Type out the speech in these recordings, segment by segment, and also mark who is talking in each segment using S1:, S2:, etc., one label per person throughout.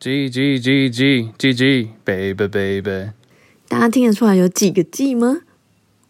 S1: G G G G G G baby baby，
S2: 大家听得出来有几个季吗？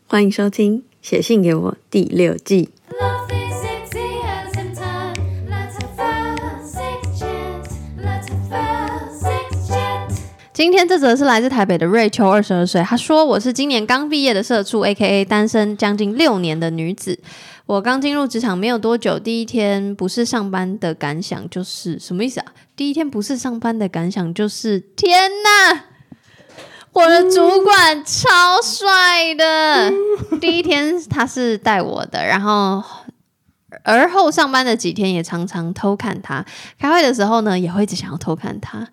S2: 欢迎收听《写信给我》第六季。
S3: Love is as easy as in time. Let's have first six chance. Let's have first six chance.
S4: 今天这则是来自台北的瑞秋，二十二岁。她说：“我是今年刚毕业的社畜，A K A 单身将近六年的女子。我刚进入职场没有多久，第一天不是上班的感想就是什么意思啊？第一天不是上班的感想就是天哪！”我的主管超帅的，第一天他是带我的，然后而后上班的几天也常常偷看他，开会的时候呢也会一直想要偷看他，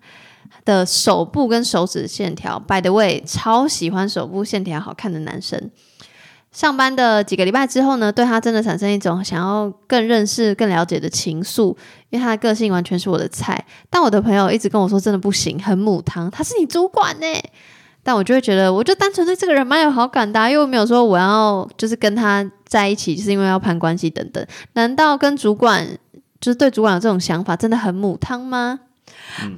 S4: 的手部跟手指线条。By the way，超喜欢手部线条好看的男生。上班的几个礼拜之后呢，对他真的产生一种想要更认识、更了解的情愫，因为他的个性完全是我的菜。但我的朋友一直跟我说，真的不行，很母汤，他是你主管呢、但我就会觉得，我就单纯对这个人蛮有好感的、啊，又没有说我要就是跟他在一起，就是因为要攀关系等等。难道跟主管就是对主管有这种想法，真的很母汤吗？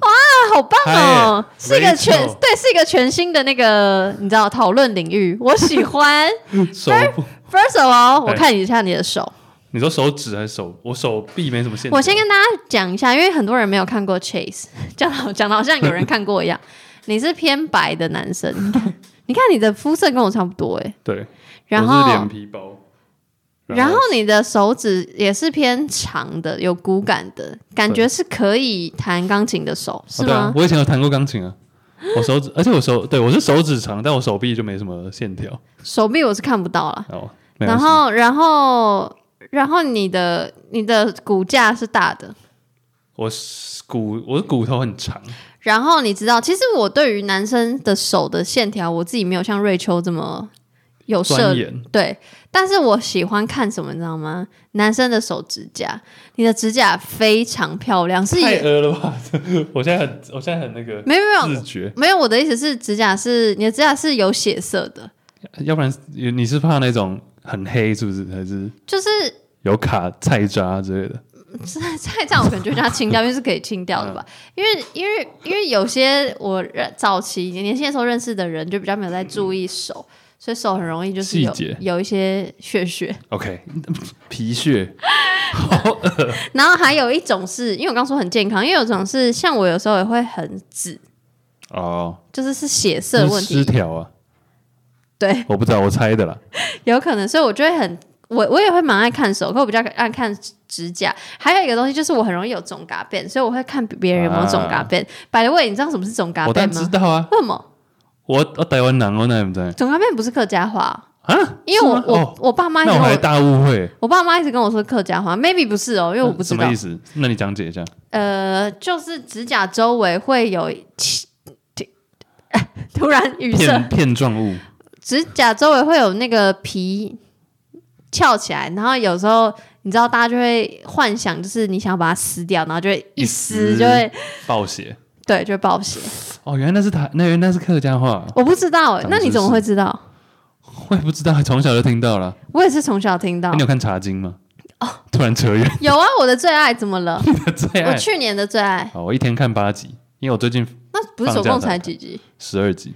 S4: 哇，好棒哦！
S1: 嗨耶
S4: 是一个
S1: Rachel
S4: 全对，是一个全新的那个你知道讨论领域，我喜欢。
S1: 手部，
S4: First of all，
S1: 哎
S4: 我看一下你的手。
S1: 你说手指还是手？我手臂没什么线条。
S4: 我先跟大家讲一下，因为很多人没有看过 Chase，讲 得好讲的好像有人看过一 样。你是偏白的男生，你看你看你的肤色跟我差不多哎、
S1: 对，
S4: 然
S1: 我是脸
S4: 后
S1: 皮薄，啊
S4: 然后你的手指也是偏长的，有骨感的感觉，是可以弹钢琴的手是
S1: 哦对啊
S4: 吗？
S1: 我以前有弹过钢琴啊，我手指，而且我手对我是手指长，但我手臂就没什么线条
S4: 手臂我是看不到了，
S1: 哦。没关
S4: 然
S1: 系
S4: 后然后然后你的你的骨架是大的，
S1: 我是骨我的骨头很长，
S4: 然后你知道，其实我对于男生的手的线条，我自己没有像瑞秋这么有涉
S1: 钻研
S4: 对，但是我喜欢看什么，你知道吗？男生的手指甲，你的指甲非常漂亮，是
S1: 太
S4: 也
S1: 恶了吧？ 我现在很我现在很那个
S4: 没有没
S1: 自
S4: 有
S1: 觉，
S4: 没有，我的意思是指甲是你的指甲是有血色的，
S1: 要不然你你是怕那种很黑是不是？还是
S4: 就是
S1: 有卡菜渣之类的？
S4: 菜这样我可能就叫它清掉，因为是可以清掉的吧？
S1: 嗯
S4: 因为因为因为有些我认早期年轻的时候认识的人，就比较没有在注意手，所以手很容易就是有
S1: 细节
S4: 有一些血血。
S1: OK，皮 屑
S4: 然后还有一种是因为我刚说很健康，因为有一种是像我有时候也会很紫，
S1: 哦，
S4: 就是是血色
S1: 这
S4: 的
S1: 是
S4: 问
S1: 失
S4: 题，
S1: 调啊，
S4: 对，
S1: 我不知道，我猜的啦。
S4: 有可能，所以我就会很我我也会蛮爱看手，可我比较爱看指甲。还有一个东西就是我很容易有肿嘎变，所以我会看别人有没有肿嘎变。摆了位，你知道什么是肿嘎
S1: 啊我
S4: 变
S1: 但知
S4: 吗？
S1: 道啊，
S4: 为什么
S1: 我我台湾人，我哪不知道
S4: 肿嘎变不是客家话？
S1: 啊？
S4: 因为我
S1: 是吗
S4: 我、
S1: 哦
S4: 我爸妈一直
S1: 那我
S4: 跟
S1: 还
S4: 我
S1: 大误会，
S4: 我爸妈一直跟我说客家话，maybe 不是哦，因为我不知
S1: 什
S4: 道
S1: 么意。思。那你讲解一下。
S4: 呃，就是指甲周围会有起。 起突然语塞，
S1: 片片状物，
S4: 指甲周围会有那个皮翘起来，然后有时候你知道大家就会幻想，就是你想要把它撕掉，然后就会一
S1: 一
S4: 撕
S1: 撕
S4: 就会
S1: 暴血。
S4: 对就会爆血。
S1: 哦，原来那是台，那原来是客家话，
S4: 我不知道、欸
S1: 长，
S4: 那你怎么会知道？
S1: 我也不知道，从小就听到了。哎
S4: 我也是从小听到
S1: 那你。有看《茶经》吗？哦， 突然扯远，
S4: 有啊，我的最爱怎么 了？
S1: 你的最
S4: 我
S1: 爱。
S4: 去年的最爱，
S1: 好，我一天看八集，因为我最近
S4: 那不是
S1: 放
S4: 总
S1: 假
S4: 共
S1: 才
S4: 才几集？
S1: 十二集，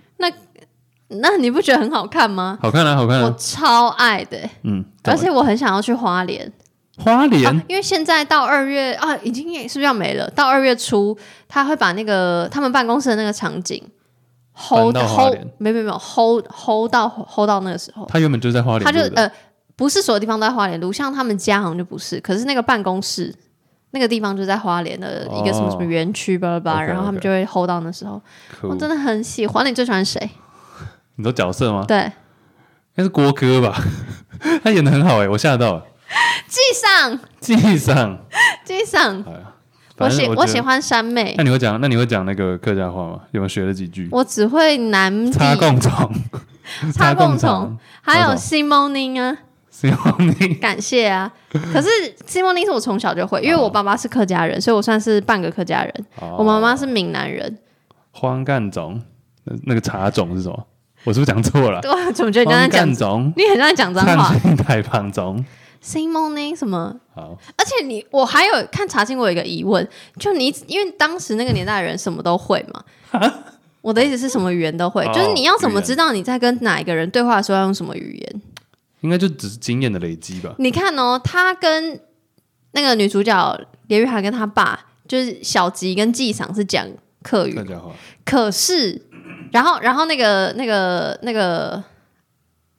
S4: 那你不觉得很好看吗？
S1: 好看啊，好看
S4: 我
S1: 啊。
S4: 超爱的欸、
S1: 嗯，
S4: 而且我很想要去花莲。
S1: 花莲
S4: 啊，因为现在到二月啊，已经是不是要没了？到二月初，他会把那个他们办公室的那个场景 hold
S1: 搬到花
S4: hold，
S1: 莲
S4: 没有没有没有 hold hold 到 hold 到那个时候，
S1: 他原本就是在花莲，
S4: 他就
S1: 对不对
S4: 呃，不是所有地方都在花莲路，像他们家好像就不是，可是那个办公室那个地方就在花莲的一个什么什么
S1: 哦
S4: 园区吧吧，
S1: OK，OK
S4: 然后他们就会 hold 到那时候。我
S1: Cool
S4: 真的很喜欢，你最喜欢谁？
S1: 你说角色吗？
S4: 对，
S1: 应该是郭哥吧， 他演的很好哎，我吓到了。
S4: 季尚，
S1: 记上，
S4: 季尚，我
S1: 反正
S4: 喜
S1: 我
S4: 我
S1: 觉
S4: 喜
S1: 得。
S4: 欢山妹
S1: 那，你会讲，那你会讲那个客家话吗？有没有学了几句？
S4: 我只会男帝
S1: 插共虫，
S4: 插
S1: 共
S4: 共虫，还有
S1: 好的
S4: Simoning 啊，
S1: 是用你
S4: 感谢 啊。可是 Simoning 是我从小就会，因为我爸爸是客家人，所以我算是半个客家人。
S1: 哦
S4: 我妈妈是闽南人，
S1: 荒干种，那那个 茶种是什么？我是不是讲错了？
S4: 对，我怎么觉得你刚才
S1: 荒
S4: 讲
S1: 干，种，
S4: 你很像在讲脏话
S1: 唱。信台旁种，
S4: Simone 什么？
S1: 好，
S4: 而且你我还有看查经，我有一个疑问，就你因为当时那个年代的人什么都会嘛。 我的意思是什么语言都会，
S1: 哦
S4: 就是你要怎么
S1: 语言
S4: 知道你在跟哪一个人对话的时候要用什么语言？
S1: 应该就只是经验的累积吧。
S4: 你看哦，他跟那个女主角连玉涵跟他爸，就是小吉跟纪赏是讲客
S1: 大
S4: 语，
S1: 家好，
S4: 可是然后然后那个那个那个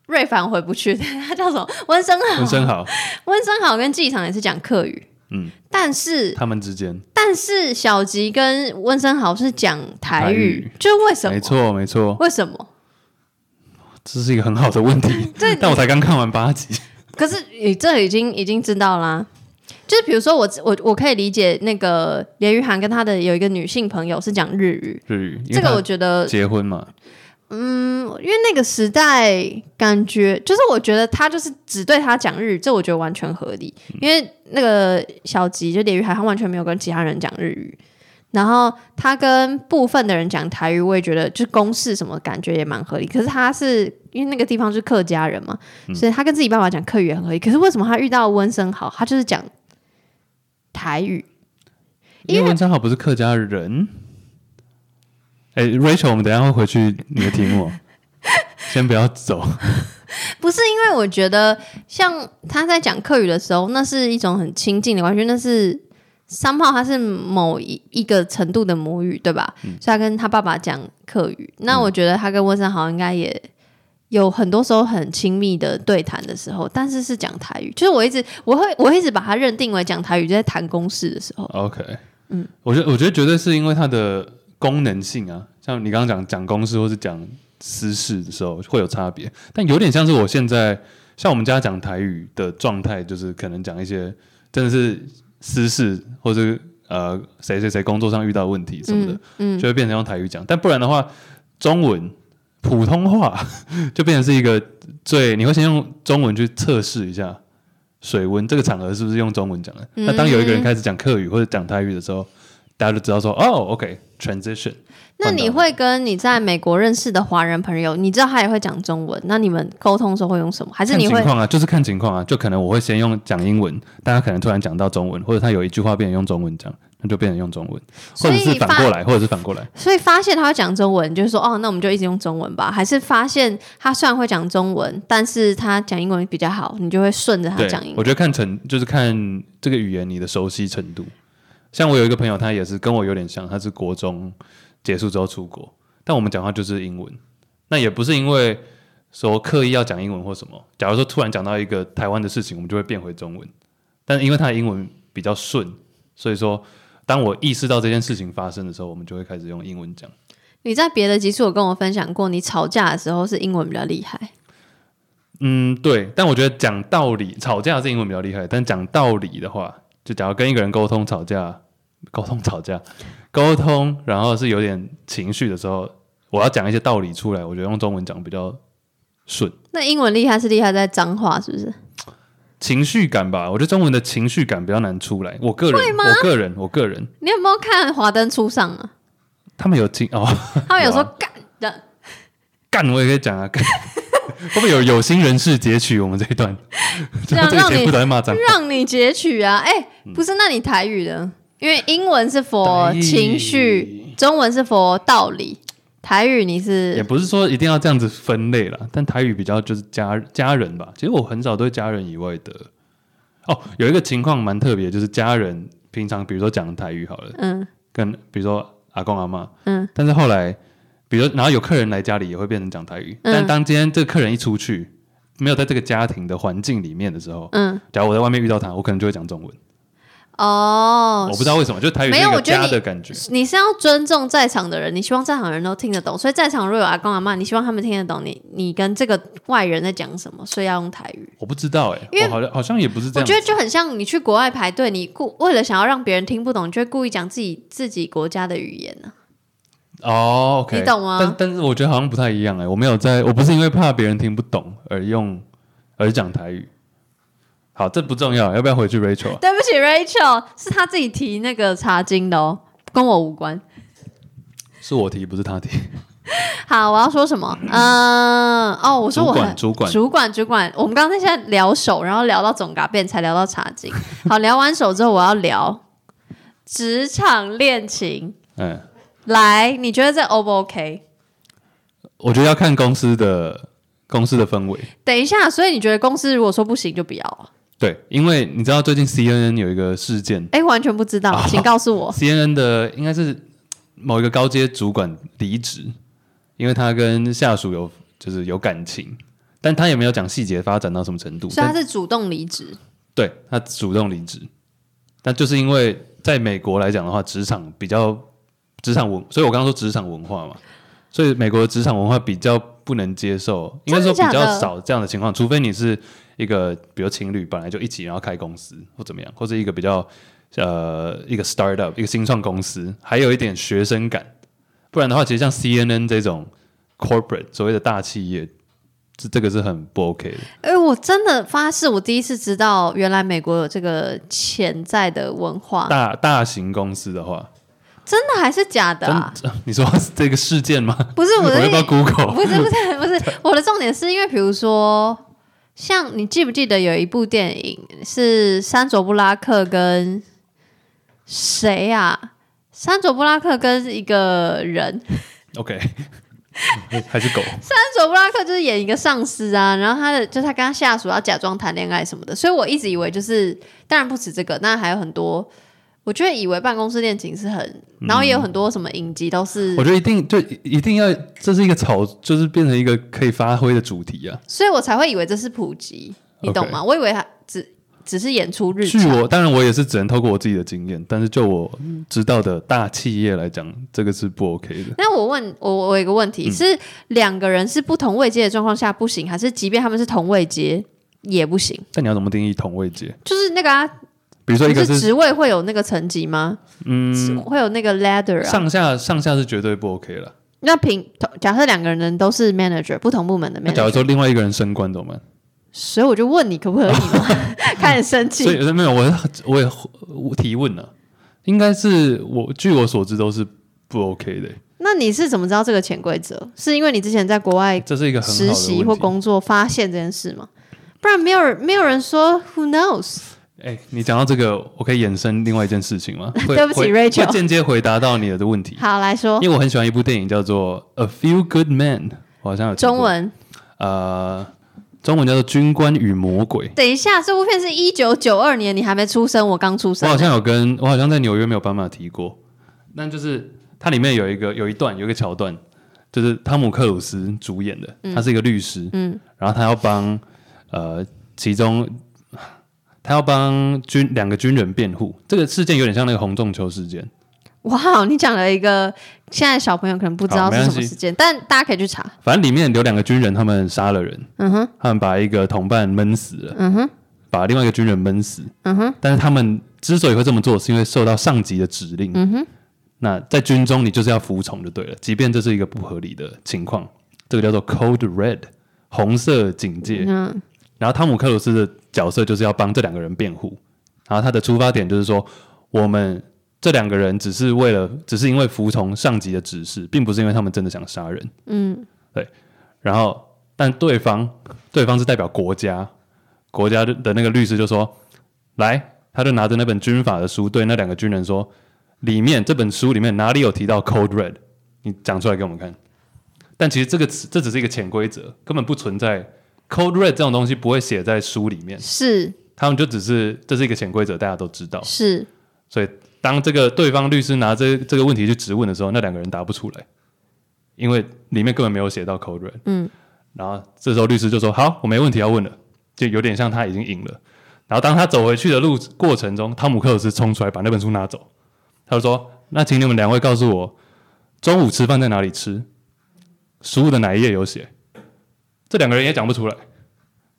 S4: 瑞凡回不去， 他叫什么？温生豪，
S1: 文生好，
S4: 温生豪跟纪赏也是讲客语，
S1: 嗯，
S4: 但是
S1: 他们之间，
S4: 但是小吉跟温生豪是讲台
S1: 台
S4: 语
S1: 语，
S4: 就是为什么
S1: 没？错没错，
S4: 为什么？
S1: 这是一个很好的问题。
S4: 这
S1: 但我才刚看完八集，
S4: 可是你这已经已经知道啦、就是比如说我我我可以理解那个连玉涵跟她的有一个女性朋友是讲日语，
S1: 日语，因为
S4: 这个我
S1: 他
S4: 觉得，
S1: 结婚嘛，
S4: 嗯，因为那个时代感觉就是我觉得她就是只对她讲日语，这我觉得完全合理，因为那个小吉就连玉涵她完全没有跟其他人讲日语。然后她跟部分的人讲台语，我也觉得就是公式什么感觉也蛮合理。可是她是因为那个地方是客家人嘛，所以他跟自己爸爸讲客语也很合理。可是为什么他遇到温生豪，他就是讲台语？因为
S1: 因为文生好不是客家人。哎，Rachel，我们等一下会回去你的题 目哦，先不要走。
S4: 不是因为我觉得像他在讲客语的时候，那是一种很亲近的关系，那是三炮，他是某一一个程度的母语，对吧？所以他跟他爸爸讲客语。那我觉得他跟温生豪应该也。有很多时候很亲密的对谈的时候，但是是讲台语，就是我一直我会我会一直把它认定为讲台语，就在谈公事的时候，
S1: OK，嗯，我觉得我觉得绝对是因为它的功能性啊，像你刚刚讲讲公事或是讲私事的时候会有差别，但有点像是我现在像我们家讲台语的状态，就是可能讲一些真的是私事或是呃谁谁谁工作上遇到的问题什么的，
S4: 嗯，
S1: 就会变成用台语讲，但不然的话，中文。普通话就变成是一个最，你会先用中文去测试一下水温，这个场合是不是用中文讲的？
S4: 嗯
S1: 那当有一个人开始讲客语或者讲台语的时候，大家就知道说，哦，OK，transition、
S4: 那你会跟你在美国认识的华人朋友，你知道他也会讲中文，那你们沟通的时候会用什么？还是
S1: 看
S4: 你
S1: 情
S4: 会？
S1: 况啊，就是看情况啊，就可能我会先用讲英文，大家可能突然讲到中文，或者他有一句话变成用中文讲，那就变成用中文，或
S4: 所
S1: 者
S4: 以
S1: 是
S4: 发
S1: 反过来，或者是反过来，
S4: 所以发现他会讲中文，你就是说哦，那我们就一直用中文吧。还是发现他虽然会讲中文，但是他讲英文比较好，你就会顺着他
S1: 对
S4: 讲英，
S1: 我
S4: 文。
S1: 觉得看程就是看这个语言你的熟悉程度。像我有一个朋友，他也是跟我有点像，他是国中结束之后出国，但我们讲话就是英文。那也不是因为说刻意要讲英文或什么。假如说突然讲到一个台湾的事情，我们就会变回中文。但因为他的英文比较顺，所以说当我意识到这件事情发生的时候，我们就会开始用英文讲。
S4: 你在别的集数有跟我分享过，你吵架的时候是英文比较厉害。
S1: 嗯，对，但我觉得讲道理，吵架是英文比较厉害，但讲道理的话，就假如跟一个人沟通吵架，沟通吵架，沟通，然后是有点情绪的时候，我要讲一些道理出来，我觉得用中文讲比较顺，
S4: 那英文厉害是厉害在脏话，是不是？
S1: 情绪感吧，我觉得中文的情绪感比较难出来。我个人，我个人，我个人，
S4: 你有没有看《华灯初上》啊？
S1: 他们有情哦，
S4: 他们有说
S1: 有
S4: 干的，
S1: 干我也可以讲啊， 干，会不会有有心人士截取我们这一段？
S4: 这样
S1: 这个
S4: 让
S1: 节
S4: 你
S1: 目都在骂脏话。
S4: 让你截取啊！哎、不是，那你台语的，因为英文是佛
S1: 嗯台语
S4: 情绪，中文是佛道理，台语你
S1: 也
S4: 是
S1: 不是说一定要这样子分类啦，但台语比较就是家家人吧。其实我很少对家人以外的。哦，有一个情况蛮特别，就是家人平常比如说讲台语好了，
S4: 嗯
S1: 跟比如说阿公阿妈，
S4: 嗯，
S1: 但是后来，比如然后有客人来家里也会变成讲台语，
S4: 嗯
S1: 但当今天这个客人一出去，没有在这个家庭的环境里面的时候，
S4: 嗯
S1: 假如我在外面遇到他，我可能就会讲中文。
S4: 哦
S1: 我不知道为什么，就台语
S4: 没
S1: 是
S4: 有
S1: 一个
S4: 我觉得
S1: 家
S4: 你
S1: 的感觉。
S4: 你是要尊重在场的人，你希望在场的人都听得懂，所以在场如果有阿公阿妈，你希望他们听得懂你你跟这个外人在讲什么，所以要用台语。
S1: 我不知道哎、
S4: 因为
S1: 我好像好像也不是
S4: 我
S1: 这样
S4: 觉
S1: 子。
S4: 得就很像你去国外排队，你故为了想要让别人听不懂，你就会故意讲自己自己国家的语言啊呢、
S1: 哦，OK，
S4: 你懂吗
S1: 但但是我觉得好像不太一样哎、我没有在，我不是因为怕别人听不懂而用而讲台语。好，这不重要，要不要回去 Rachel？啊
S4: 对不起，Rachel 是他自己提那个茶经的哦，跟我无关。
S1: 是我提，不是他提。
S4: 好，我要说什么？嗯，哦，我说我很
S1: 主管
S4: 主管主管，我们刚刚在聊手，然后聊到总嘎变，才聊到茶 经。好，聊完手之后，我要聊职场恋情。
S1: 嗯，
S4: 来，你觉得这 O 不 OK？
S1: 我觉得要看公司的公司的氛围。
S4: 等一下，所以你觉得公司如果说不行就不要啊？
S1: 对，因为你知道最近 CNN 有一个事件
S4: 哎，完全不知 道，请告诉我。
S1: ，CNN 的应该是某一个高阶主管离职，因为他跟下属有就是有感情，但他也没有讲细节发展到什么程度。
S4: 所以
S1: 但
S4: 他是主动离职，
S1: 对他主动离职，但就是因为在美国来讲的话，职场比较职场文，所以我刚刚说职场文化嘛，所以美国的职场文化比较不能接受，应该说比
S4: 真的假
S1: 较
S4: 的
S1: 少这样的情况，除非你是一个比如情侣本来就一起，然后开公司或怎么样，或者一个比较呃一个 startup 一个新创公司，还有一点学生感，不然的话，其实像 CNN 这种 corporate 所谓的大企业，这这个是很不 OK 的。
S4: 哎、我真的发誓，我第一次知道原来美国有这个潜在的文化，
S1: 大大型公司的话。
S4: 真的还是假的啊？
S1: 真呃你说这个事件吗？
S4: 不是我的
S1: 要不要
S4: 意
S1: Google？
S4: 不是不是不是，我的重点是因为比如说，像你记不记得有一部电影是山卓布拉克跟谁啊？山卓布拉克跟一个人，
S1: OK，还是狗？
S4: 山卓布拉克就是演一个上司啊，然后他的就是他跟他下属要假装谈恋爱什么的，所以我一直以为就是，当然不止这个，那还有很多。我觉得以为办公室恋情是很，然后也有很多什么影集都是，
S1: 我觉得一定就一定要，这是一个草，就是变成一个可以发挥的主题啊。
S4: 所以我才会以为这是普及，你懂吗我以为他只只是演出日
S1: 据
S4: 常。
S1: 我当然我也是只能透过我自己的经验，但是就我知道的大企业来讲，这个是不 OK 的。
S4: 那我问我我有一个问
S1: 嗯
S4: 题、是，两个人是不同位阶的状况下不行，还是即便他们是同位阶也不行？
S1: 但你要怎么定义同位阶？
S4: 就是那个啊，
S1: 比如说一
S4: 不
S1: 个
S4: 是
S1: 是
S4: 职位会有那个层级吗？嗯，会有那个 ladder 啊。
S1: 上下上下是绝对不 OK 了。
S4: 那平同假设两个人都是 manager，不同部门的
S1: 那假如
S4: manager，
S1: 说另外一个人升官怎么办？
S4: 所以我就问你可不可以嘛？ 开始生
S1: 所以
S4: 气。
S1: 没有，我我也我提问了、应该是我据我所知都是不 OK 的、
S4: 那你是怎么知道这个潜规则？是因为你之前在国外
S1: 这是一个很好的
S4: 实习
S1: 问
S4: 或
S1: 题
S4: 工作发现这件事吗？不然没有人没有人说 who knows。
S1: 哎、你讲到这个，我可以衍生另外一件事情吗？会
S4: 对不起
S1: 会
S4: Rachel
S1: 会间接回答到你的问题，
S4: 好，来说
S1: 因为我很喜欢一部电影叫做《A Few Good Men》，我好像有听过
S4: 中文。
S1: 呃，中文叫做《军官与魔鬼》。
S4: 等一下，这部片是一九九二年，你还没出生，我刚出
S1: 我
S4: 生。
S1: 好像有跟我好像在纽约没有斑马提过，但就是它里面有一个有一段有一个桥段，就是汤姆克鲁斯主演的，他是一个律师，嗯，然后他要帮呃其中他要帮军两个军人辩护，这个事件有点像那个红中球事件。
S4: 哇，你讲了一个现在小朋友可能不知道
S1: 好
S4: 是
S1: 没关
S4: 什么
S1: 系
S4: 事件，但大家可以去查。
S1: 反正里面有两个军人，他们杀了人，
S4: 嗯哼，
S1: 他们把一个同伴闷死了，
S4: 嗯哼，
S1: 把另外一个军人闷死。
S4: 嗯哼，
S1: 但是他们之所以会这么做，是因为受到上级的指令。嗯哼，那在军中你就是要服从就对了，即便这是一个不合理的情况，这个叫做 Code Red 红色警戒。
S4: 嗯，
S1: 然后汤姆克鲁斯的角色就是要帮这两个人辩护，然后他的出发点就是说，我们这两个人只是为了，只是因为服从上级的指示，并不是因为他们真的想杀人。嗯，对。然后，但对方对方是代表国家，国家的的那个律师就说，来，他就拿着那本军法的书对那两个军人说，里面这本书里面哪里有提到 Code Red？你讲出来给我们看。但其实这个词这只是一个潜规则，根本不存在 Code Red 这种东西不会写在书里面，
S4: 是
S1: 他们就只是这是一个潜规则，大家都知道。
S4: 是，
S1: 所以当这个对方律师拿这这个问题去质问的时候，那两个人答不出来，因为里面根本没有写到 Code Red。
S4: 嗯，
S1: 然后这时候律师就说：“好，我没问题要问了。”就有点像他已经赢了。然后当他走回去的路过程中，汤姆克鲁斯冲出来把那本书拿走，他就说：“那请你们两位告诉我，中午吃饭在哪里吃？书的哪一页有写？”这两个人也讲不出来。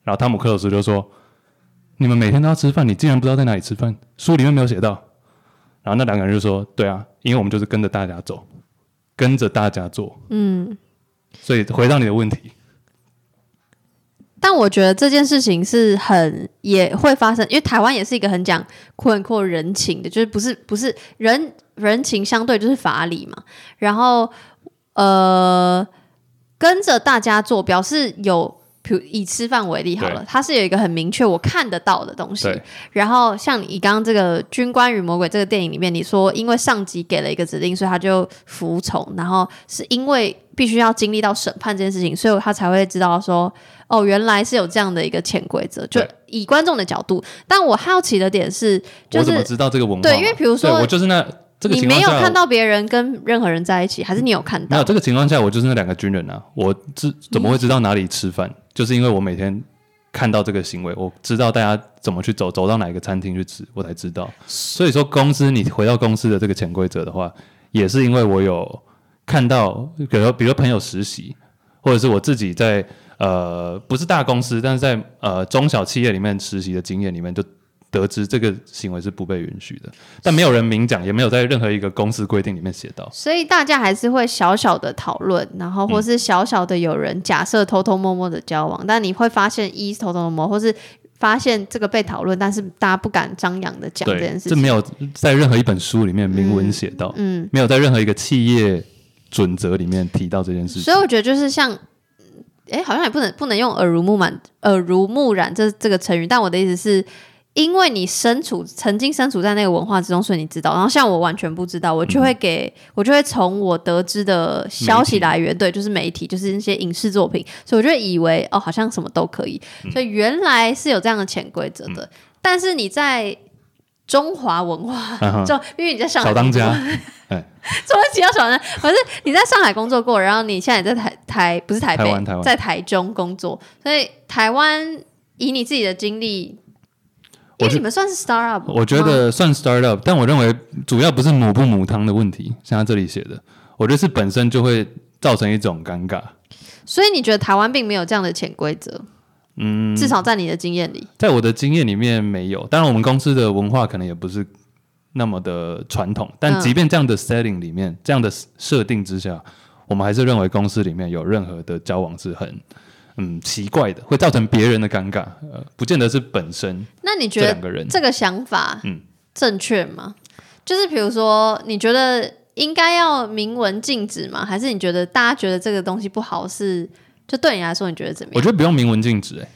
S1: 然后汤姆克鲁斯就说：“你们每天都要吃饭，你竟然不知道在哪里吃饭？书里面没有写到。”然后那两个人就说：“对啊，因为我们就是跟着大家走，跟着大家做。”嗯，所以回到你的问题，
S4: 但我觉得这件事情是很也会发生，因为台湾也是一个很讲困惑人情的，就是不是不是人人情相对就是法理嘛。然后呃，跟着大家做，表示有。比如以吃饭为例好了
S1: 对，
S4: 它是有一个很明确我看得到的东西
S1: 对。
S4: 然后像你刚刚这个《军官与魔鬼》这个电影里面，你说因为上级给了一个指令，所以他就服从，然后是因为必须要经历到审判这件事情，所以他才会知道说，哦，原来是有这样的一个潜规则。就
S1: 对
S4: 以观众的角度，但我好奇的点是，就
S1: 我怎么
S4: 是
S1: 知道这个文化嘛？
S4: 对因为比如说
S1: 对我就是那这个
S4: 你
S1: 情况
S4: 没有
S1: 下，
S4: 看到别人跟任何人在一起，还是你有看
S1: 没有
S4: 到？嗯
S1: 这个情况下，我就是那两个军人啊，我知怎么会知道哪里吃饭？就是因为我每天看到这个行为，我知道大家怎么去走，走到哪一个餐厅去吃，我才知道。所以说，公司你回到公司的这个潜规则的话，也是因为我有看到，比如比如朋友实习，或者是我自己在呃不是大公司，但是在呃中小企业里面实习的经验里面就。得知这个行为是不被允许的，但没有人明讲，也没有在任何一个公司规定里面写到。
S4: 所以大家还是会小小的讨论，然
S1: 嗯
S4: 后或是小小的有人假设偷偷摸摸的交往，但你会发现一是偷偷摸摸，或是发现这个被讨论，但是大家不敢张扬的讲这件事
S1: 这没
S4: 情。
S1: 有在任何一本书里面明文写到，
S4: 嗯，
S1: 没有在任何一个企业准则里面提到这件事
S4: 所
S1: 情
S4: 以。我觉得就是像。哎，好像也不能不能用耳濡目染，耳濡目染这这个成语。但我的意思是，因为你身处曾经身处在那个文化之中，所以你知道。然后像我完全不知道，我就会给、我就会从我得知的消息
S1: 媒体
S4: 来源，对，就是媒体，就是那些影视作品，所以我就以为哦，好像什么都可以。
S1: 嗯
S4: 所以原来是有这样的潜规则的。但是你在中华文化，
S1: 嗯哼
S4: 就因为你在上海
S1: 小当
S4: 工
S1: 家
S4: 作，怎么会提到小南？可是你在上海工作过，然后你现在也在台台不是台北，
S1: 台湾台湾
S4: 在台中工作，所以台湾以你自己的经历，因
S1: 我
S4: 为
S1: 觉
S4: 你们算是 star up，
S1: 我觉
S4: 嗯
S1: 得算 startup，但我认为主要不是母不母汤的问题，像他这里写的，我觉得是本身就会造成一种尴尬。
S4: 所以你觉得台湾并没有这样的潜规则，嗯，至少在你的经验里，
S1: 在我的经验里面没有，当然我们公司的文化可能也不是那么的传统，但
S4: 嗯
S1: 即便这样的 setting 里面，这样的设定之下，我们还是认为公司里面有任何的交往是很嗯奇怪的，会造成别人的尴尬，呃，不见得是本身
S4: 那你觉
S1: 这
S4: 得
S1: 两个人。
S4: 这个想法，
S1: 嗯
S4: 正确吗？就是比如说，你觉得应该要明文禁止吗？还是你觉得大家觉得这个东西不好是？就对你来说，你觉得怎么
S1: 我
S4: 样？
S1: 觉得不用明文禁止、欸，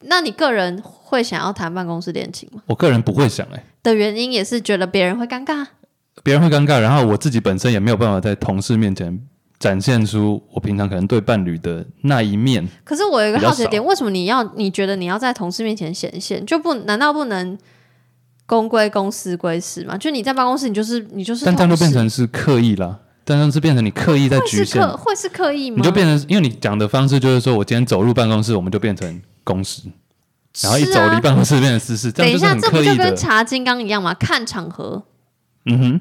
S4: 那你个人会想要谈办公室恋情吗？
S1: 我个人不会想、欸，
S4: 的原因也是觉得别人会尴尬。
S1: 别人会尴尬，然后我自己本身也没有办法在同事面前展现出我平常可能对伴侣的那一面，
S4: 可是我有一个
S1: 比较
S4: 好奇的点，为什么你要你觉得你要在同事面前显现，就不难道不能公归公私归私吗？就你在办公室，你就是你就是
S1: 但这样就
S4: 同事
S1: 变成是刻意啦，但这样是变成你刻意在
S4: 会
S1: 局
S4: 是
S1: 限，
S4: 刻会是刻意吗？
S1: 你就变成，因为你讲的方式就是说，我今天走入办公室，我们就变成公事，然后一
S4: 是
S1: 走
S4: 啊
S1: 离办公室变成私事，这
S4: 等
S1: 样
S4: 一
S1: 就是
S4: 下，
S1: 很
S4: 这不
S1: 刻
S4: 就
S1: 意
S4: 跟
S1: 的。
S4: 查金刚一样吗？看场合。
S1: 嗯哼，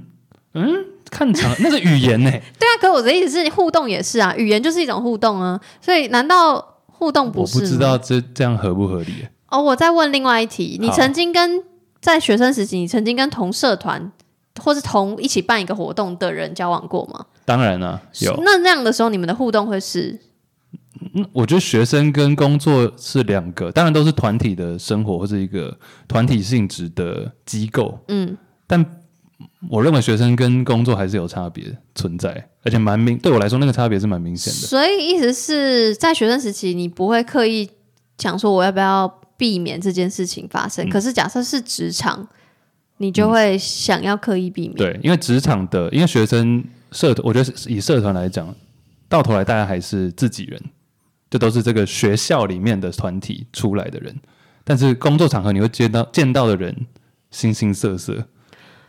S1: 嗯，看场那是语言 呢、
S4: 对啊，可我的意思是，互动也是啊，语言就是一种互动啊，所以难道互动
S1: 我
S4: 是啊
S1: 不
S4: 吗？
S1: 知道这这样合不合理、
S4: 哦，我再问另外一题，你
S1: 好
S4: 曾经跟在学生时期，你曾经跟同社团或是同一起办一个活动的人交往过吗？
S1: 当然啦、有。
S4: 那那样的时候，你们的互动会是
S1: 嗯我觉得学生跟工作是两个，当然都是团体的生活或是一个团体性质的机构，
S4: 嗯，
S1: 但我认为学生跟工作还是有差别存在，而且蛮明，对我来说那个差别是蛮明显的。
S4: 所以意思是在学生时期，你不会刻意想说我要不要避免这件事情发
S1: 嗯
S4: 生。可是假设是职场，你就会想要刻意避免。
S1: 对，因为职场的，因为学生社团，我觉得以社团来讲，到头来大家还是自己人，这都是这个学校里面的团体出来的人。但是工作场合你会见到见到的人形形色色，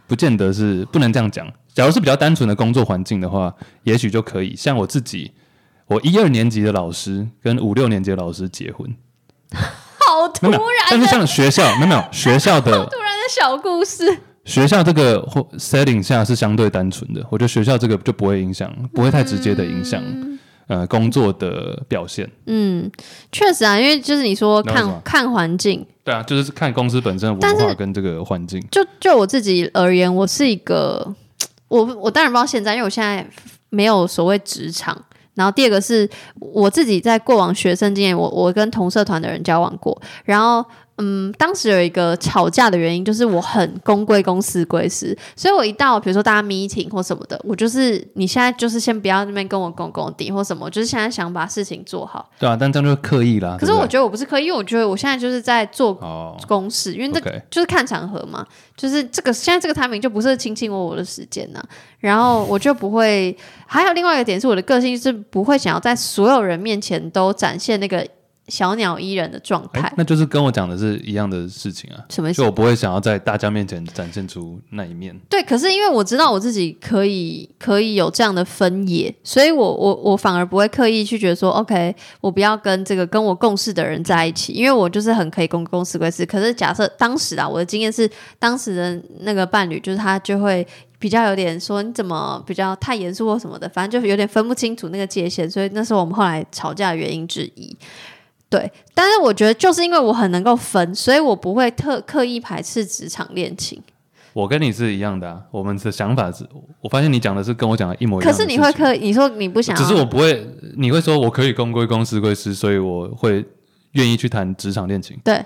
S1: 不见得是不能这样讲。假如是比较单纯的工作环境的话，也许就可以。像我自己，我一二年级的老师跟五六年级的老师结婚，
S4: 好
S1: 没
S4: 突
S1: 有没有，但
S4: 然
S1: 是
S4: 的，
S1: 像学校没有没有学 校的
S4: 突然的小故事，
S1: 学校这个或 setting 下是相对单纯的，我觉得学校这个就不会影响，不会太直接的影响、呃工作的表现。
S4: 嗯，确实啊，因为就是你说
S1: 那为什
S4: 看
S1: 么
S4: 看环境，
S1: 对啊，就是看公司本身的
S4: 但
S1: 文
S4: 是
S1: 化跟这个环境。
S4: 就就我自己而言，我是一个，我我当然不知道现在，因为我现在没有所谓职场。然后第二个是我自己在过往学生经验，我我跟同社团的人交往过，然后嗯，当时有一个吵架的原因，就是我很公归公，私归私，所以我一到比如说大家 meeting 或什么的，我就是你现在就是先不要那边跟我公公敌或什么，我就是现在想把事情做好。
S1: 对啊，但这样就刻意啦。
S4: 可是
S1: 对不
S4: 我
S1: 对
S4: 觉得我不是刻意，因为我觉得我现在就是在做
S1: 哦
S4: 公事，因为这
S1: OK
S4: 就是看场合嘛，就是这个现在这个 timing 就不是卿卿我我的时间呐、然后我就不会。还有另外一个点是，我的个性就是不会想要在所有人面前都展现那个小鸟依人的状态
S1: 哎，。那就是跟我讲的是一样的事情啊。
S4: 什么意思
S1: 就我？不会想要在大家面前展现出那一面。
S4: 对，可是因为我知道我自己可以可以有这样的分野，所以我我我反而不会刻意去觉得说，OK，我不要跟这个跟我共事的人在一起，因为我就是很可以公公私归私。可是假设当时啊，我的经验是当时的那个伴侣，就是他就会。比较有点说你怎么比较太严肃或什么的，反正就有点分不清楚那个界限，所以那是我们后来吵架的原因之一。对，但是我觉得就是因为我很能够分，所以我不会特刻意排斥职场恋情。
S1: 我跟你是一样的、啊，我们的想法是，我发现你讲的是跟我讲的一模一
S4: 可
S1: 样的事
S4: 是
S1: 情。
S4: 你会刻意，你说你不想要，
S1: 只是我不会，你会说我可以公归公，私归私，所以我会愿意去谈职场恋情。
S4: 对，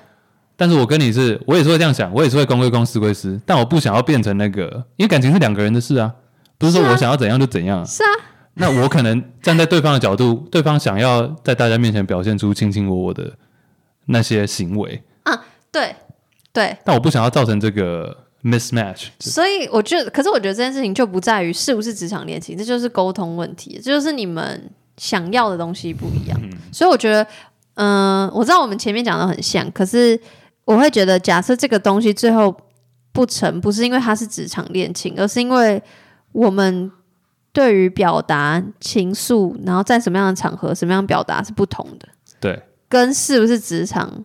S1: 但是我跟你是，我也是会这样想，我也是会公归公，私归私，但我不想要变成那个，因为感情是两个人的事啊，不是说
S4: 是啊
S1: 我想要怎样就怎样、啊。
S4: 是啊，
S1: 那我可能站在对方的角度，对方想要在大家面前表现出卿卿我我的那些行为，
S4: 对对，
S1: 但我不想要造成这个 mismatch。
S4: 所以我觉得，可是我觉得这件事情就不在于是不是职场恋情，这就是沟通问题，这就是你们想要的东西不一样。所以我觉得，嗯、我知道我们前面讲的很像，可是我会觉得，假设这个东西最后不成，不是因为它是职场恋情，而是因为我们对于表达情愫，然后在什么样的场合、什么样表达是不同的。
S1: 对，
S4: 跟是不是职场，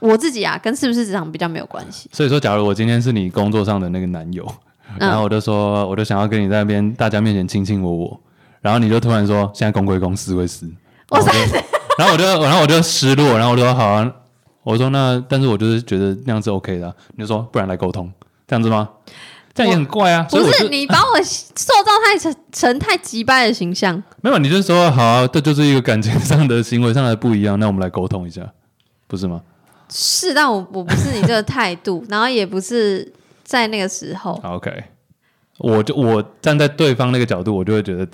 S4: 我自己啊，跟是不是职场比较没有关系。
S1: 所以说，假如我今天是你工作上的那个男友，啊
S4: 嗯
S1: 然后我就说，我就想要跟你在那边大家面前卿卿我我，然后你就突然说，现在公归公，私归私，
S4: 哇塞，
S1: 然后我就， 然后我就失落，然后我就说好啊，我说那，但是我就是觉得那样是 OK 的啊、你就说不然来沟通，这样子吗？这样也很怪啊，所以
S4: 不
S1: 我
S4: 是
S1: 就
S4: 你把我塑造太成成太击败的形象，
S1: 没有，你就说好、啊，这就是一个感情上的行为上的不一样，那我们来沟通一下，不是吗？
S4: 是，但我我不是你这个态度， 然后也不是在那个时候。
S1: 好啊 OK，我就我站在对方那个角度，我就会觉得，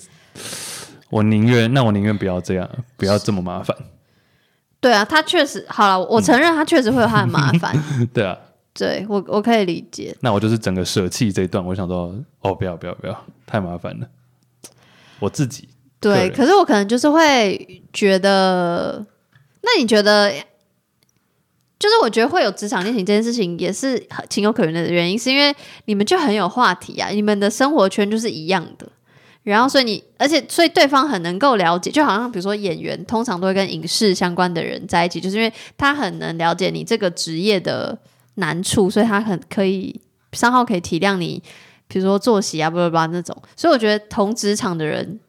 S1: 我宁愿那我宁愿不要这样，不要这么麻烦。
S4: 对啊，他确实好了，我承认他确实会有他的麻 烦，
S1: 对啊，
S4: 对我我可以理解。
S1: 那我就是整个舍弃这一段，我想说，哦，不要不要不要，太麻烦了。我自己
S4: 对，
S1: 对
S4: 可是我可能就是会觉得，那你觉得，就是我觉得会有职场恋情这件事情也是很情有可原的原因，是因为你们就很有话题啊，你们的生活圈就是一样的。然后，所以你，而且，所以对方很能够了解，就好像比如说演员，通常都会跟影视相关的人在一起，就是因为他很能了解你这个职业的难处，所以他很可以三号可以体谅你，比如说作息啊，巴拉巴拉那种。所以我觉得同职场的人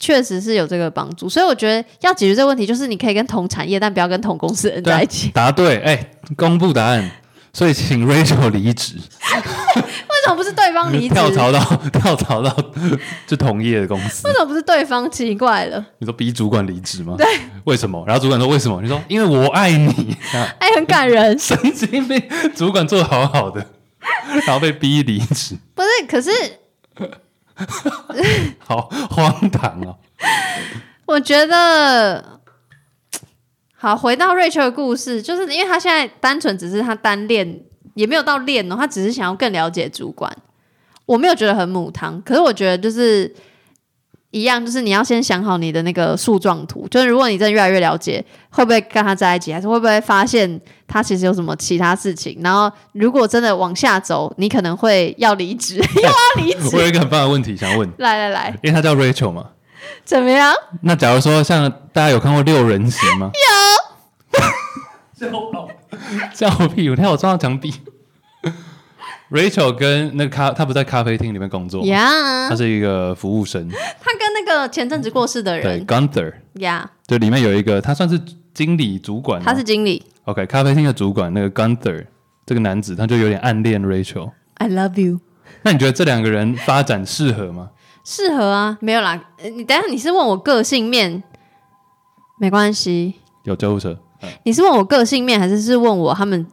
S4: 确实是有这个帮助。所以我觉得要解决这个问题，就是你可以跟同产业，但不要跟同公司的人
S1: 对啊
S4: 在一起。
S1: 答对，哎、公布答案。所以请 Rachel 离职，
S4: 为什么不是对方哦离职？
S1: 跳槽
S4: 为
S1: 到跳槽到就同业的公司。
S4: 什么不是对方？奇怪 了，
S1: 你说逼主管离职吗？对，为什么？然后主管说为什么？你说因为我爱你 啊，
S4: 哎，很感人。
S1: 神经病！主管做的好好的，然后被逼离职，
S4: 不是，可是
S1: 好荒唐哦。
S4: 我觉得，好，回到 Rachel 的故事，就是因为他现在单纯只是他单恋，也没有到恋哦，他只是想要更了解主管。我没有觉得很母汤，可是我觉得就是一样，就是你要先想好你的那个树状图，就是如果你真的越来越了解，会不会跟他在一起，还是会不会发现他其实有什么其他事情？然后如果真的往下走，你可能会要离职， 又要离
S1: 我有
S4: 职。
S1: 一个很棒的问题想问，
S4: 来来来，啊
S1: 因为他叫 Rachel 嘛，
S4: 怎么 样？
S1: 那假如说像大家有看过《六人行》吗？有。叫我屁股，你看我撞到墙壁。Rachel 跟那个咖，他不在咖啡厅里面工作吗
S4: 呀、
S1: 他是一个服务生，
S4: 他跟那个前阵子过世的
S1: 对
S4: 人，
S1: Gunther，
S4: 呀
S1: 就里面有一个他算是经理主管吗，
S4: 他是经理。
S1: OK 咖啡厅的主管那个 Gunther 这个男子，他就有点暗恋 Rachel。
S4: I love you，
S1: 那你觉得这两个人发展适合吗？
S4: 适合啊，没有啦。呃你等一下你是问我个性面，没关系。
S1: 有救护车
S4: 你是问我个性面，还是是问我他们？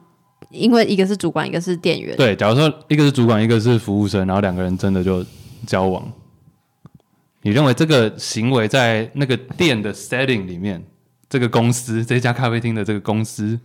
S4: 因为一个是主管，一个是店员，
S1: 对，假如说一个是主管，一个是服务生，然后两个人真的就交往，你认为这个行为在那个店的 setting 里面，这个公司这家咖啡厅的这个公司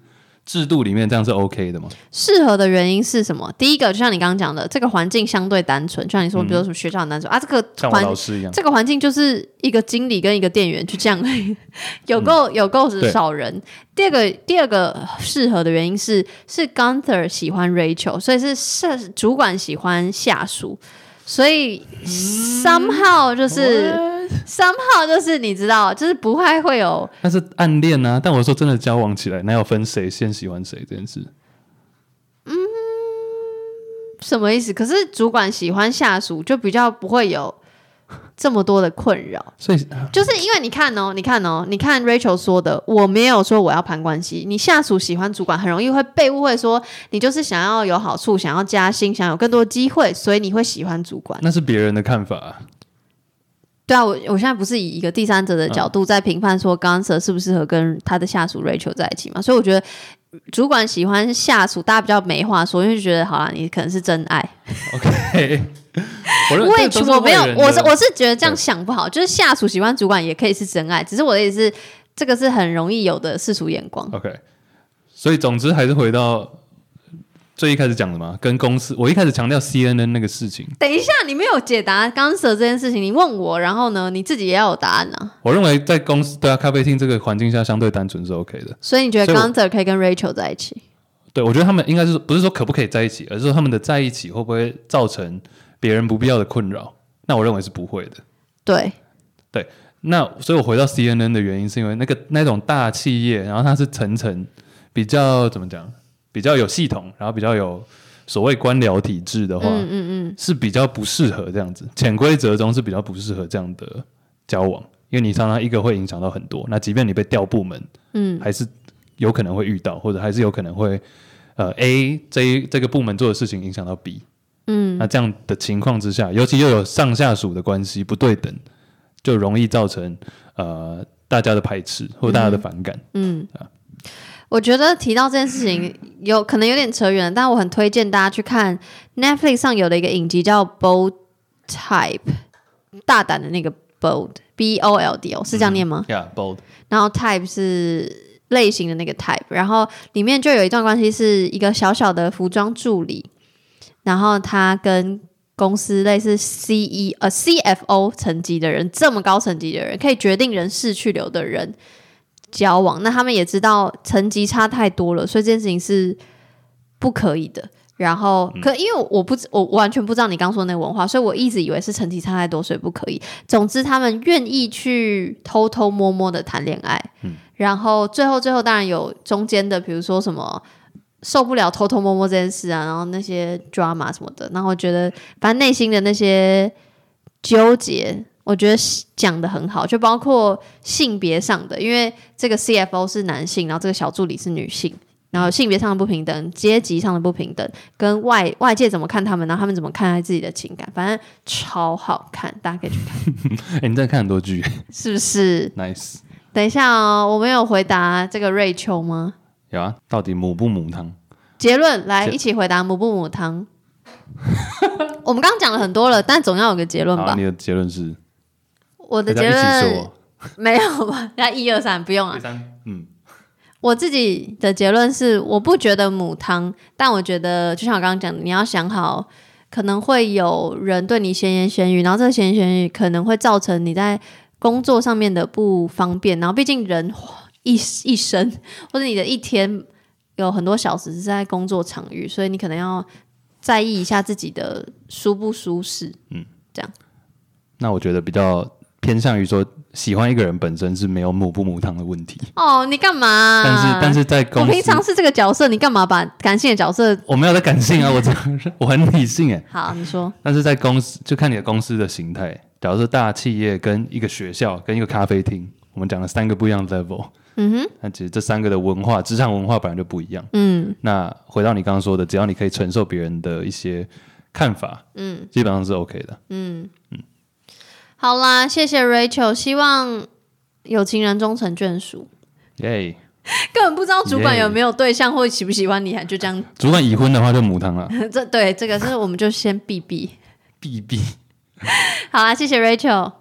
S1: 制度里面，这样是 OK 的吗？
S4: 适合的原因是什么？第一个，就像你刚刚讲的，这个环境相对单纯，就像你说，比如说什么学校很单纯、啊，这个
S1: 嗯像我
S4: 环
S1: 老师一样，
S4: 这个环境就是一个经理跟一个店员，就这样而已， 有够、有够
S1: 对
S4: 是少人。第二个第二个适合的原因是是 Gunther 喜欢 Rachel，所以是是主管喜欢下属，所以 somehow 就是、somehow 就是你知道，就是不太会有
S1: 但是暗恋啊，但我说真的交往起来，哪有分谁先喜欢谁这件事？
S4: 什么意思？可是主管喜欢下属，就比较不会有这么多的困扰。
S1: 所以
S4: 就是因为你看哦，你看哦，你看 Rachel 说的，我没有说我要攀关系。你下属喜欢主管，很容易会被误会说你就是想要有好处，想要加薪，想有更多机会，所以你会喜欢主管。
S1: 那是别人的看法啊、
S4: 对啊，我我现在不是以一个第三者的角度在评判说 g u n s e r 适不适合跟他的下属 Rachel 在一起嘛，所以我觉得。主管喜欢下属，大家比较没话说，因为觉得好啦，你可能是真爱。
S1: OK，我认
S4: 我也
S1: 这都是
S4: 我没有
S1: 为人，的
S4: 我是我是觉得这样想不好，就是下属喜欢主管也可以是真爱，只是我的意思是，这个是很容易有的世俗眼光。
S1: OK，所以总之还是回到最一开始讲的嘛，跟公司，我一开始强调 CNN 那个事情，
S4: 等一下，你没有解答刚蛇这件事情，你问我，然后呢，你自己也要有答案啊。
S1: 我认为在公司对啊咖啡厅这个环境下相对单纯是 OK 的。
S4: 所以你觉得
S1: 所以我
S4: Gunther 可以跟 Rachel 在一起？
S1: 对我觉得他们应该是不是说可不可以在一起，而是说他们的在一起会不会造成别人不必要的困扰？那我认为是不会的。
S4: 对，
S1: 那所以，我回到 CNN 的原因是因为那个那种大企业，然后它是层层比较怎么讲，比较有系统，然后比较有所谓官僚体制的话，
S4: 嗯嗯嗯，
S1: 是比较不适合这样子，潜规则中是比较不适合这样的交往，因为你常常一个会影响到很多。那即便你被调部门，嗯，还是有可能会遇到，或者还是有可能会呃 A 这一这个部门做的事情影响到 B，嗯，那这样的情况之下，尤其又有上下属的关系不对等，就容易造成呃大家的排斥或大家的反感。
S4: 嗯我觉得提到这件事情有可能有点扯远，但我很推荐大家去看 Netflix 上有的一个影集叫《Bold Type》，大胆的那个 Bold B O L D 哦，是这样念吗？
S1: Yeah, bold。
S4: 然后 type 是类型的那个 type，然后里面就有一段关系是一个小小的服装助理，然后他跟公司类似 C E 呃 C F O 层级的人，这么高层级的人，可以决定人事去留的人交往，那他们也知道层级差太多了，所以这件事情是不可以的。然后，可因为我不知我我完全不知道你刚说那个文化，所以我一直以为是层级差太多，所以不可以。总之，他们愿意去偷偷摸摸的谈恋爱，然后最后最后当然有中间的，比如说什么受不了偷偷摸摸这件事啊，然后那些 drama 什么的，然后我觉得反正内心的那些纠结，我觉得讲的很好，就包括性别上的，因为这个 CFO 是男性，然后这个小助理是女性。然后性别上的不平等，阶级上的不平等，跟外外界怎么看他们，然后他们怎么看待自己的情感，反正超好看，大家可以去看，
S1: 哎、你真的看很多剧
S4: 是不是？
S1: ，nice。
S4: 等一下哦，我没有回答这个瑞秋吗？
S1: 有啊，到底母不母汤？
S4: 结论来
S1: 结
S4: 一起回答母不母汤。 我们刚刚讲了很多了，但总要有个结论
S1: 好，
S4: 吧
S1: 你。的结论是？
S4: 我的
S1: 大家
S4: 结
S1: 一
S4: 论
S1: 起说。
S4: 没有吧？ 那一二三不用啊
S1: 第。三，嗯，
S4: 我自己的结论是，我不觉得母汤，但我觉得就像我刚刚讲的，你要想好，可能会有人对你闲言闲语，然后这个闲言闲语可能会造成你在工作上面的不方便。然后，毕竟人哇一一生或者你的一天有很多小时是在工作场域，所以你可能要在意一下自己的舒不舒适。
S1: 那我觉得比较偏向于说，喜欢一个人本身是没有母不母汤的问题，
S4: 哦，你干嘛、
S1: 但是但是在公
S4: 我
S1: 司，
S4: 平常是这个角色，你干嘛把感性的角色？
S1: 我没有在感性啊，我真的是 我很理性哎，
S4: 好，你说
S1: 但是在公司就看你的公司的形态，假如说大企业跟一个学校跟一个咖啡厅，我们讲了三个不一样的 level，嗯哼，那其实这三个的文化，职场文化本来就不一样，嗯，那回到你刚刚说的，只要你可以承受别人的一些看法，嗯，基本上是 OK 的。
S4: 好啦，谢谢 Rachel，希望有情人终成眷属。
S1: 耶、
S4: 根本不知道主管有没有对象或喜不喜欢你，还就这 样。
S1: 主管已婚的话就母汤 了，
S4: 这对这个是我们就先避避。
S1: 避避。
S4: 好啦，谢谢 Rachel。